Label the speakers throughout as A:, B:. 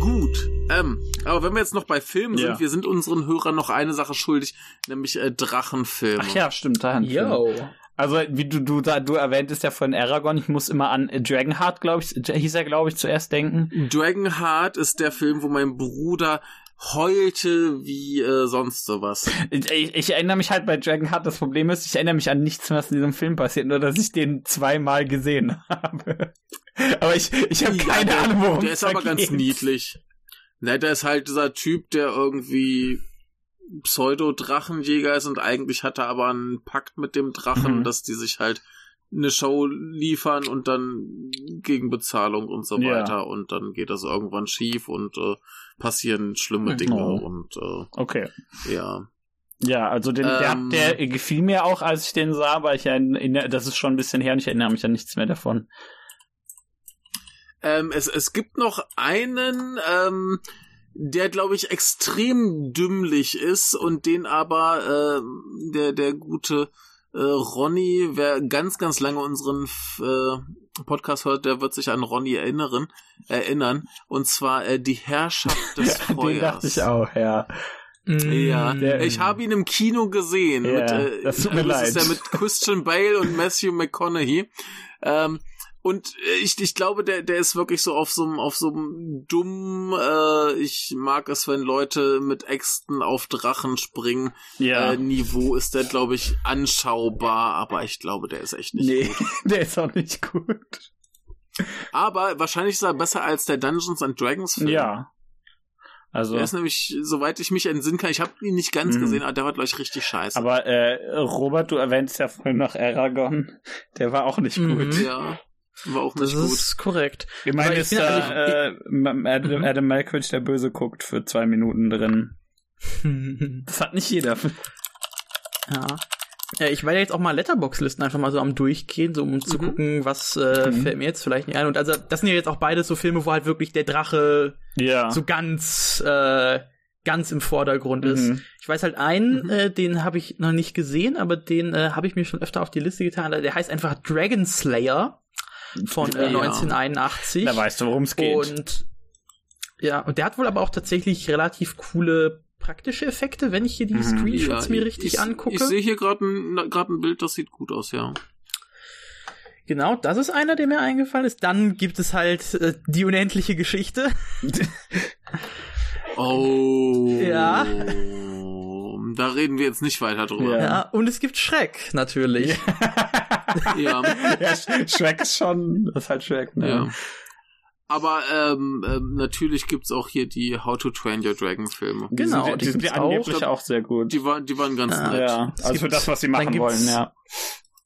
A: Gut. Ähm, aber wenn wir jetzt noch bei Filmen
B: Ja.
A: sind, wir sind unseren Hörern noch eine Sache schuldig, nämlich äh, Drachenfilme.
B: Ach ja, stimmt, da
C: Yo.
B: Also, wie du, du, da, du erwähntest ja von Aragorn, ich muss immer an äh, Dragonheart, glaube ich, äh, hieß er, glaube ich, zuerst denken.
A: Dragonheart ist der Film, wo mein Bruder heulte wie äh, sonst sowas.
B: Ich, ich, ich erinnere mich halt bei Dragonheart, das Problem ist, ich erinnere mich an nichts, was in diesem Film passiert, nur dass ich den zweimal gesehen habe. Aber ich, ich habe
A: Ja,
B: keine
A: der,
B: Ahnung, worum
A: Der ist
B: es da
A: aber ganz
B: geht.
A: niedlich. Ne, der ist halt dieser Typ, der irgendwie Pseudo-Drachenjäger ist und eigentlich hat er aber einen Pakt mit dem Drachen,
B: Mhm.
A: dass die sich halt eine Show liefern und dann gegen Bezahlung und so
B: Ja.
A: weiter und dann geht das irgendwann schief und äh, passieren schlimme Dinge
B: Oh.
A: und äh,
B: Okay.
A: ja.
B: Ja, also den, der,
A: Ähm.
B: hat- der gefiel mir auch, als ich den sah, aber ich erinnere, das ist schon ein bisschen her und ich erinnere mich an nichts mehr davon.
A: Ähm, es, es gibt noch einen, ähm, der, glaube ich, extrem dümmlich ist und den aber ähm, der, der gute äh, Ronny, wer ganz, ganz lange unseren f- äh, Podcast hört, der wird sich an Ronny erinnern, erinnern. Und zwar äh, die Herrschaft des Feuers.
B: Den dachte ich auch, ja.
A: Oh Ja,
B: Der-
A: ich habe ihn im Kino gesehen.
B: Ja,
A: mit, äh,
B: das tut mir
A: das ist
B: leid.
A: ja mit Christian Bale und Matthew McConaughey. Ähm, und äh, ich, ich glaube, der, der ist wirklich so auf so einem auf so einem dummen, äh, ich mag es, wenn Leute mit Äxten auf Drachen springen.
B: Ja.
A: Äh, Niveau ist der, glaube ich, anschaubar, aber ich glaube, der ist echt nicht.
B: nee, der ist auch nicht gut.
A: Aber wahrscheinlich ist er besser als der Dungeons and Dragons Film.
B: Ja. Also.
A: Der ist nämlich, soweit ich mich entsinnen kann, ich habe ihn nicht ganz
B: Mhm.
A: gesehen, aber der war, glaube ich, richtig scheiße.
B: Aber äh, Robert, du erwähnst ja vorhin noch Aragorn. Der war auch nicht
C: Mhm.
B: gut.
A: ja, war auch
C: Das
A: nicht gut.
C: ist korrekt.
B: Ich meine,
C: Aber ich
B: ist
C: finde
B: da äh, M- Adam,
C: Mhm.
B: Adam Malkovich, der böse guckt, für zwei Minuten drin. Das hat nicht jeder.
C: Ja. Äh, Ich war ja jetzt auch mal Letterbox-Listen einfach mal so am Durchgehen, so um zu
A: Mhm.
C: gucken, was äh,
B: Mhm.
C: fällt mir jetzt vielleicht nicht ein. Und also, das sind ja jetzt auch beides so Filme, wo halt wirklich der Drache
B: Ja.
C: so ganz, äh, ganz im Vordergrund ist.
B: Mhm.
C: Ich weiß halt einen,
A: Mhm.
C: äh, den habe ich noch nicht gesehen, aber den äh, habe ich mir schon öfter auf die Liste getan. Der heißt einfach Dragon Slayer von äh,
A: Ja.
C: 1981.
B: Da weißt du, worum es geht.
C: Und ja, und der hat wohl aber auch tatsächlich relativ coole praktische Effekte, wenn ich hier die
B: Mhm.
C: Screenshots
A: Ja,
C: mir richtig
A: ich,
C: angucke.
A: Ich sehe hier gerade ein, grad ein Bild, das sieht gut aus, ja.
C: Genau, das ist einer, der mir eingefallen ist. Dann gibt es halt äh, die unendliche Geschichte.
A: Oh.
C: Ja.
A: Da reden wir jetzt nicht weiter drüber.
B: Ja.
C: Ja. und es gibt Schreck natürlich.
A: Ja. ja.
B: ja, Sch- Shrek ist schon. Das ist halt Shrek, ne?
A: Aber ähm, ähm, natürlich gibt's auch hier die How to Train Your Dragon Filme.
B: Die
C: Genau,
B: sind, die
C: die
B: sind ja
C: gibt's auch.
B: angeblich auch sehr gut.
A: Die waren, die waren ganz
C: Ah,
A: nett.
B: ja, also für
C: gibt's-
B: das, was sie
C: dann
B: machen
C: gibt's-
B: wollen, ja.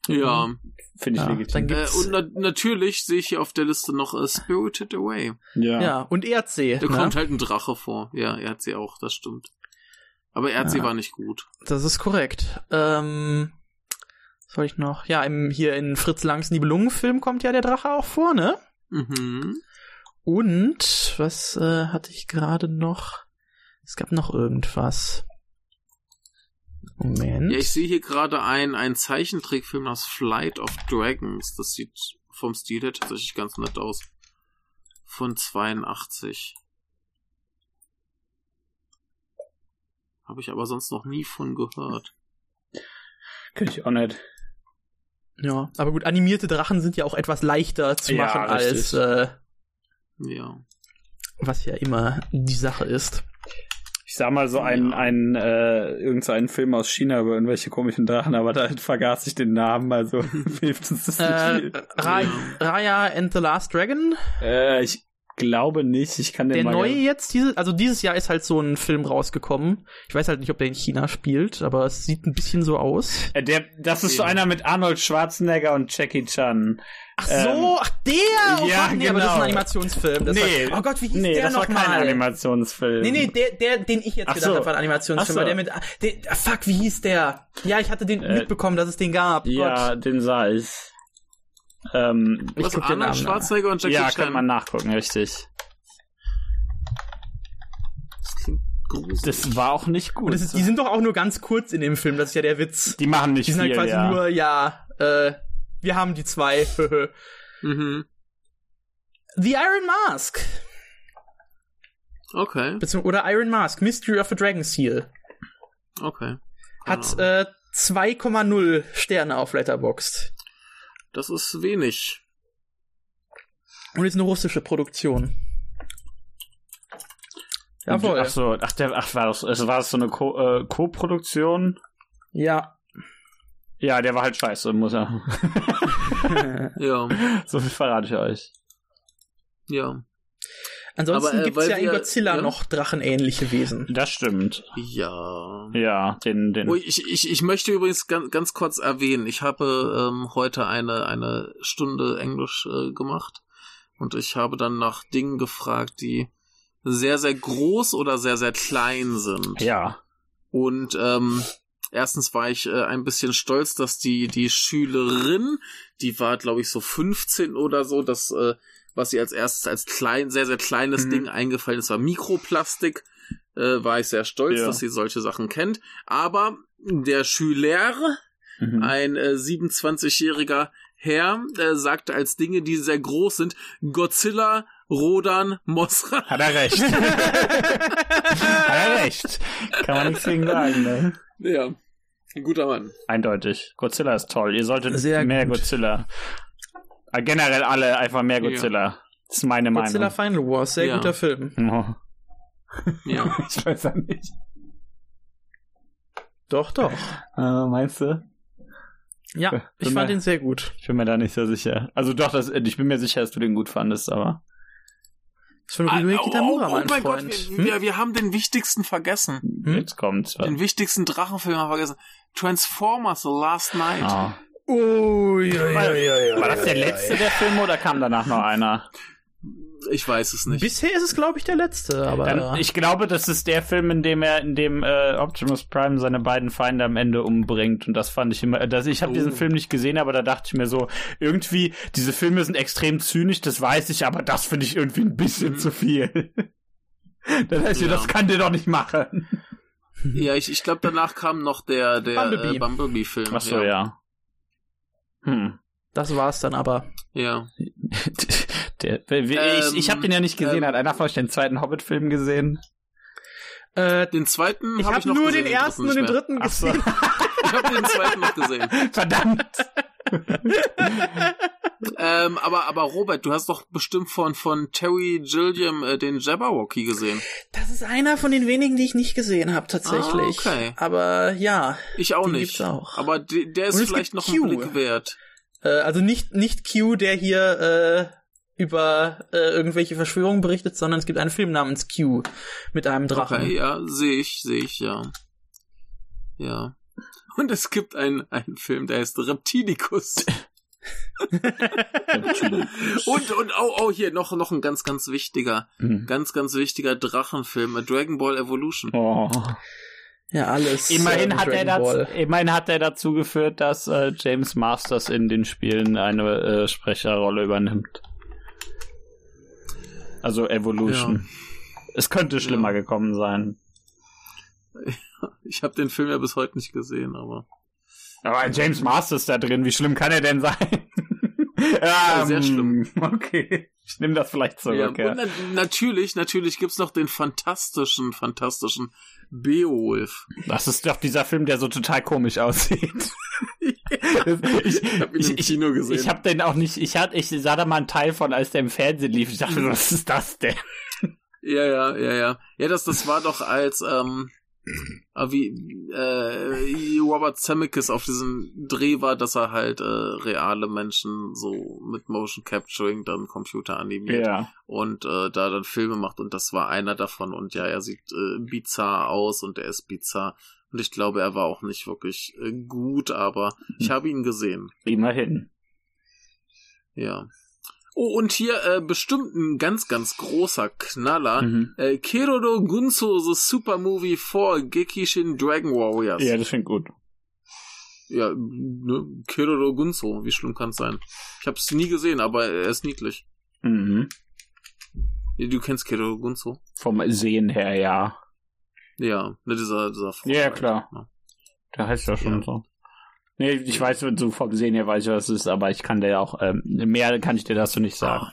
A: Ja.
B: Finde ich
C: Ja, dann
B: legitim.
A: Äh,
C: Mhm. Gibt's-
A: und na natürlich sehe ich hier auf der Liste noch äh, Spirited Away.
C: Ja, und ERC.
A: Da
C: Ne?
A: kommt halt ein Drache vor. Ja, er hat sie auch, das stimmt. Aber er hat sie
C: Ja.
A: war nicht gut.
C: Das ist korrekt. Ähm, was soll ich noch? Ja, im, hier in Fritz Langs Nibelungen-Film kommt ja der Drache auch vor, ne?
A: Mhm.
C: Und was äh, hatte ich gerade noch? Es gab noch irgendwas. Moment.
A: Ja, ich sehe hier gerade einen, einen Zeichentrickfilm aus Flight of Dragons. Das sieht vom Stil her tatsächlich ganz nett aus. Von 82. Habe ich aber sonst noch nie von gehört.
B: Könnte ich auch nicht.
C: Ja, aber gut, animierte Drachen sind ja auch etwas leichter zu
B: Ja,
C: machen als
B: richtig.
C: äh,
A: Ja.
C: was ja immer die Sache ist.
B: Ich sah mal so einen,
A: Ja.
B: einen äh, irgendeinen Film aus China über irgendwelche komischen Drachen, aber da vergaß ich den Namen, also hilft uns das
C: Äh,
B: nicht viel.
C: Ra Raya and the Last Dragon,
B: Äh, ich glaube nicht, ich kann den
C: der
B: mal
C: neue jetzt, diese, also dieses Jahr ist halt so ein Film rausgekommen. Ich weiß halt nicht, ob der in China spielt, aber es sieht ein bisschen so aus.
B: Äh, der, das ist so
A: Eben.
B: einer mit Arnold Schwarzenegger und Jackie Chan.
C: Ach
B: Ähm,
C: so, ach der! Oh
B: ja,
C: Gott, nee, aber das ist ein
B: genau.
C: Animationsfilm. Das
B: Nee.
C: war, oh Gott, wie hieß
B: Nee,
C: der
B: das war
C: noch
B: kein
C: mal?
B: Animationsfilm.
C: Nee, nee, der, der, den ich jetzt
B: Ähm, Ach
C: gedacht
B: so.
C: habe, war ein Animationsfilm,
B: Ach so.
C: aber der mit, ah, der, ah, fuck, wie hieß der? Ja, ich hatte den
B: Äh,
C: mitbekommen, dass es den gab.
B: Ja,
C: Gott.
B: den sah ich. Ähm,
C: Ich
A: Was,
C: guck den
A: Arnold
C: Namen nach.
A: Schwarzenegger und Jackie
B: ja, kann
A: Chan?
B: man nachgucken, richtig.
A: Das klingt gruselig.
B: Das war auch nicht gut.
C: Und das ist, die sind doch auch nur ganz kurz in dem Film, das ist ja der Witz. Die,
B: Die machen nicht
C: sind
B: viel,
C: halt quasi
B: ja.
C: nur, ja, äh, wir haben die zwei.
A: mhm.
C: The Iron Mask.
A: Okay,
C: Beziehungs- Oder Iron Mask, Mystery of a Dragon Seal.
A: okay. Keine
C: Hat
A: Ahnung.
B: Ah.
C: äh, 2,0 Sterne auf Letterboxd.
A: das ist wenig.
C: Und ist eine russische Produktion. Jawohl.
B: Ach so, ach, der, ach war das, also war das so eine Co- äh, Co-Produktion?
C: Ja.
B: ja, der war halt scheiße, muss er.
A: Ja,
B: so viel verrate ich euch.
A: ja.
C: Ansonsten
A: Aber, äh,
C: gibt's
A: weil
C: ja in
A: wir-
C: Godzilla
A: ja?
C: noch drachenähnliche Wesen.
B: Das stimmt.
A: Ja.
B: Ja, den, den.
A: Oh, ich, ich, ich möchte übrigens ganz, ganz kurz erwähnen, ich habe ähm, heute eine, eine Stunde Englisch äh, gemacht und ich habe dann nach Dingen gefragt, die sehr, sehr groß oder sehr, sehr klein sind.
B: Ja.
A: Und ähm, erstens war ich äh, ein bisschen stolz, dass die, die Schülerin, die war, glaube ich, so 15 oder so, das, äh, was ihr als erstes als klein, sehr, sehr kleines
C: Mhm.
A: Ding eingefallen ist, war Mikroplastik. Äh, war ich sehr stolz,
B: Ja.
A: dass sie solche Sachen kennt. Aber der Schüler,
B: Mhm.
A: ein äh, 27-jähriger Herr, äh, sagte als Dinge, die sehr groß sind, Godzilla, Rodan, Mosra.
B: Hat er recht. Hat er recht. Kann man nichts gegen sagen, ne?
A: Ja, ein guter Mann.
B: Eindeutig. Godzilla ist toll. Ihr solltet
C: Sehr
B: mehr
C: gut.
B: Godzilla. Äh, generell alle einfach mehr Godzilla. Das ist meine
C: Godzilla Final Wars, sehr
A: Ja.
C: guter Film.
B: Meinung.
A: Ja.
B: Oh, ich weiß ja nicht.
C: Doch, doch.
B: Äh, meinst du?
C: Ja, ich
B: Bin
C: fand
B: mal-
C: ihn sehr gut.
B: Ich bin mir da nicht so sicher. Also doch, das, ich bin mir sicher, dass du den gut fandest, aber.
C: Das ist von Ryuichi
A: oh,
C: Kitamura,
A: oh,
C: mein
A: oh mein
C: Freund.
A: Gott, wir,
C: Hm?
A: wir, wir haben den wichtigsten vergessen.
C: Hm?
B: Jetzt kommt's.
A: Den wichtigsten Drachenfilm haben wir vergessen. Transformers The Last Night.
B: Ah.
C: Oh, ja, ja, ja, ja,
B: War das der
C: ja,
B: letzte
C: ja.
B: der Filme oder kam danach noch einer?
A: Ich weiß es nicht.
C: Bisher ist es, glaube ich, der letzte, aber.
B: Dann, Ähm, ich glaube, das ist der Film, in dem er, in dem äh, Optimus Prime seine beiden Feinde am Ende umbringt. Und das fand ich immer. Das, ich habe
A: Oh.
B: diesen Film nicht gesehen, aber da dachte ich mir so, irgendwie, diese Filme sind extrem zynisch, das weiß ich, aber das finde ich irgendwie ein bisschen zu viel. Das heißt,
A: Ja.
B: das kann der doch nicht machen.
A: Ja, ich, ich glaube, danach kam noch der, der
C: Bumblebee.
A: Bumblebee-Film. Äh, Bumblebee
B: Ach so, ja. Hm.
C: das war's dann aber.
A: ja.
B: Der, wir- wir- ich ich habe den ja nicht gesehen.
A: ähm,
B: Hat einer von euch den zweiten Hobbit-Film gesehen?
C: Äh,
A: Den zweiten
C: ich
A: hab
C: habe
A: ich noch
C: nur
A: gesehen,
C: den ersten und den
A: nicht mehr.
C: dritten
B: Ach so.
C: gesehen.
A: Ich habe den zweiten noch gesehen.
B: Verdammt.
A: Ähm, aber, aber Robert, du hast doch bestimmt von, von Terry Gilliam äh, den Jabberwocky gesehen.
C: Das ist einer von den wenigen, die ich nicht gesehen habe, tatsächlich.
A: Ah, okay.
C: Aber ja,
A: Ich auch
C: Den
A: nicht.
C: gibt's auch.
A: Aber de, der ist
C: Und es
A: vielleicht noch
C: gibt Q.
A: ein Blick wert.
C: Äh, also nicht, nicht Q, der hier äh, über äh, irgendwelche Verschwörungen berichtet, sondern es gibt einen Film namens Q mit einem Drachen.
A: Okay, ja, sehe ich, sehe ich, ja. Ja. Und es gibt einen, einen Film, der heißt Reptilicus. Und, und, oh, oh, hier noch, noch ein ganz, ganz wichtiger,
B: Hm.
A: ganz, ganz wichtiger Drachenfilm, äh, Dragon Ball Evolution.
B: Oh.
C: Ja, alles.
B: Immerhin
C: ähm,
B: hat, er
C: Dragon
B: dazu,
C: Ball.
B: immerhin hat er dazu geführt, dass äh, James Masters in den Spielen eine äh, Sprecherrolle übernimmt. Also Evolution. Es könnte schlimmer gekommen sein.
A: Ich habe den Film ja bis heute nicht gesehen, aber.
B: Aber ein James Masters da drin, wie schlimm kann er denn sein? ja,
A: sehr
B: ähm,
A: schlimm.
B: Okay, ich nehme das vielleicht zurück.
A: ja.
B: Ja,
A: Und na natürlich, natürlich gibt's noch den fantastischen, fantastischen Beowulf.
B: Das ist doch dieser Film, der so total komisch aussieht. ich,
A: hab ihn im Kino gesehen.
B: Ich habe den auch nicht. Ich, hatte, ich sah da mal einen Teil von, als der im Fernsehen lief. Ich dachte, was ist das denn?
A: Ja, ja, ja, ja. Ja, das, das war doch als, ähm, ah, wie äh, Robert Zemeckis auf diesem Dreh war, dass er halt äh, reale Menschen so mit Motion Capturing dann Computer animiert.
B: Ja.
A: und äh, da dann Filme macht und das war einer davon und ja, er sieht äh, bizarr aus und er ist bizarr und ich glaube, er war auch nicht wirklich äh, gut, aber ich habe ihn gesehen,
B: Immerhin.
A: ja. Oh, und hier äh, bestimmt ein ganz, ganz großer Knaller.
B: Mhm.
A: Äh, Kerodo Gunso The Super Movie 4 Gekishin Dragon Warriors.
B: Ja, das klingt gut.
A: Ja, ne? Kerodo Gunso, wie schlimm kann's sein? Ich hab's nie gesehen, aber er ist niedlich.
B: Mhm.
A: Du kennst Kerodo Gunso?
B: Vom Sehen her, ja.
A: Ja, ne, dieser, dieser Frosch
B: Ja,
A: halt.
B: klar. Der heißt ja schon
A: Ja.
B: so. Nee, ich weiß, so vom Sehen her Ah. weiß ich, was es ist, aber ich kann dir auch, ähm, mehr kann ich dir dazu nicht sagen.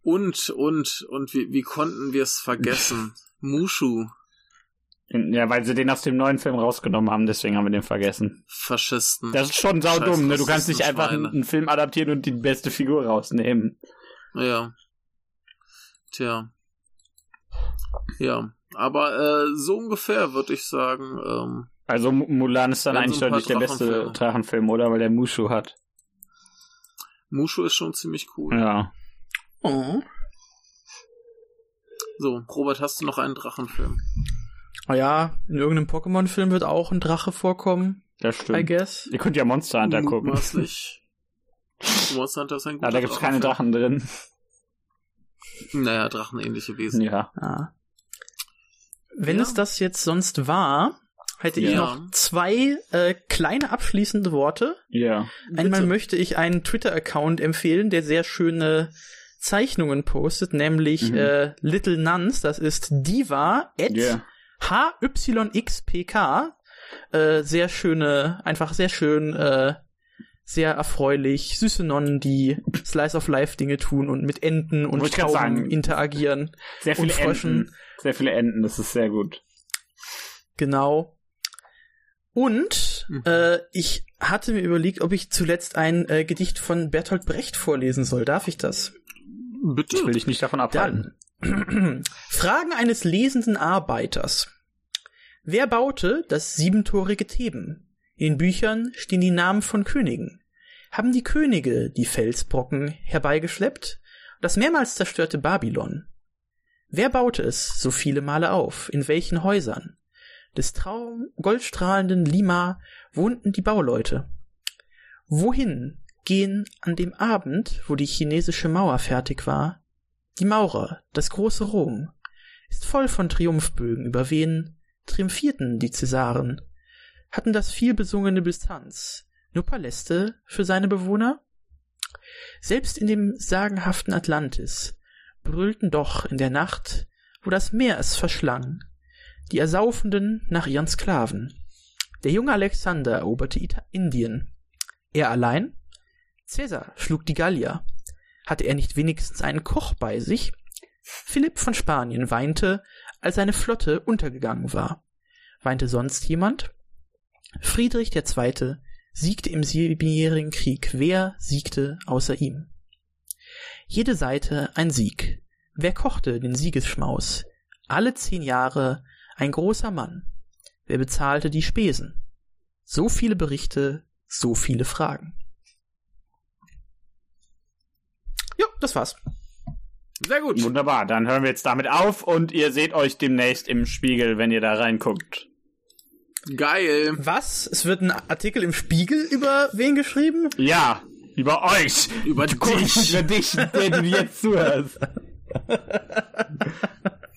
A: Und, und, und wie, wie konnten wir es vergessen? Mushu,
B: Ja, weil sie den aus dem neuen Film rausgenommen haben, deswegen haben wir den vergessen.
A: Faschisten.
B: Das ist schon
A: Scheiß
B: saudumm, ne? Du kannst nicht einfach
A: Rassistenschweine.
B: einen, einen Film adaptieren und die beste Figur rausnehmen.
A: Ja. Tja. Ja. Aber äh, so ungefähr würde ich sagen, ähm,
B: Also Mu- Mulan ist dann
A: Ja, so
B: eigentlich
A: ein paar
B: deutlich der beste
A: Drachenfilme.
B: Drachenfilm, oder? Weil der Mushu hat.
A: Mushu ist schon ziemlich cool.
B: Ja.
C: Oh.
A: So, Robert, hast du noch einen Drachenfilm?
C: oh ja, in irgendeinem Pokémon-Film wird auch ein Drache vorkommen,
B: Das
C: I
B: stimmt.
C: guess.
B: Ihr könnt ja Monster Hunter gucken.
A: Uh, Mutmaßlich. Monster Hunter ist ein guter
B: Ja, Ah, da gibt's keine
A: Drachenfilm.
B: Drachen drin.
A: Naja, drachenähnliche Wesen.
B: Ja.
C: Ah. Wenn
A: Ja.
C: es das jetzt sonst war, hätte ich
A: Ja.
C: noch zwei äh, kleine abschließende Worte.
B: Ja.
C: Einmal
A: Bitte.
C: möchte ich einen Twitter-Account empfehlen, der sehr schöne Zeichnungen postet, nämlich
B: Mhm.
C: äh, Little Nuns, das ist Diva at
B: Ja.
C: HYXPK. Äh, sehr schöne, einfach sehr schön, äh, sehr erfreulich, süße Nonnen, die Slice of Life Dinge tun und mit Enten und
B: Wollte ich grad
C: Tauben
B: sagen.
C: interagieren.
B: Sehr
C: Und
B: viele
C: Fröschen.
B: Enten. Sehr viele Enten, das ist sehr gut.
C: Genau. Und
A: Mhm.
C: äh, ich hatte mir überlegt, ob ich zuletzt ein äh, Gedicht von Bertolt Brecht vorlesen soll. Darf ich das?
B: Ich will
A: Bitte.
B: dich nicht davon abhalten.
C: Dann. Fragen eines lesenden Arbeiters. Wer baute das siebentorige Theben? In Büchern stehen die Namen von Königen. Haben die Könige die Felsbrocken herbeigeschleppt? Das mehrmals zerstörte Babylon. Wer baute es so viele Male auf? In welchen Häusern? Des Traum goldstrahlenden Lima wohnten die Bauleute. Wohin gehen an dem Abend, wo die chinesische Mauer fertig war, die Maurer, das große Rom, ist voll von Triumphbögen über wen triumphierten die Cäsaren, hatten das vielbesungene Byzanz, nur Paläste für seine Bewohner? Selbst in dem sagenhaften Atlantis brüllten doch in der Nacht, wo das Meer es verschlang, die Ersaufenden nach ihren Sklaven. Der junge Alexander eroberte Ita Indien. Er allein? Cäsar schlug die Gallier. Hatte er nicht wenigstens einen Koch bei sich? Philipp von Spanien weinte, als seine Flotte untergegangen war. Weinte sonst jemand? Friedrich II. siegte im Siebenjährigen Krieg. Wer siegte außer ihm? Jede Seite ein Sieg. Wer kochte den Siegesschmaus? Alle zehn Jahre ein großer Mann. Wer bezahlte die Spesen? So viele Berichte, so viele Fragen. Ja, das war's.
A: Sehr gut.
B: Wunderbar, dann hören wir jetzt damit auf und ihr seht euch demnächst im Spiegel, wenn ihr da reinguckt.
A: Geil.
C: Was? Es wird ein Artikel im Spiegel über wen geschrieben?
B: Ja, über euch.
A: Über
B: Guck,
A: dich.
B: Über dich, der du jetzt zuhörst.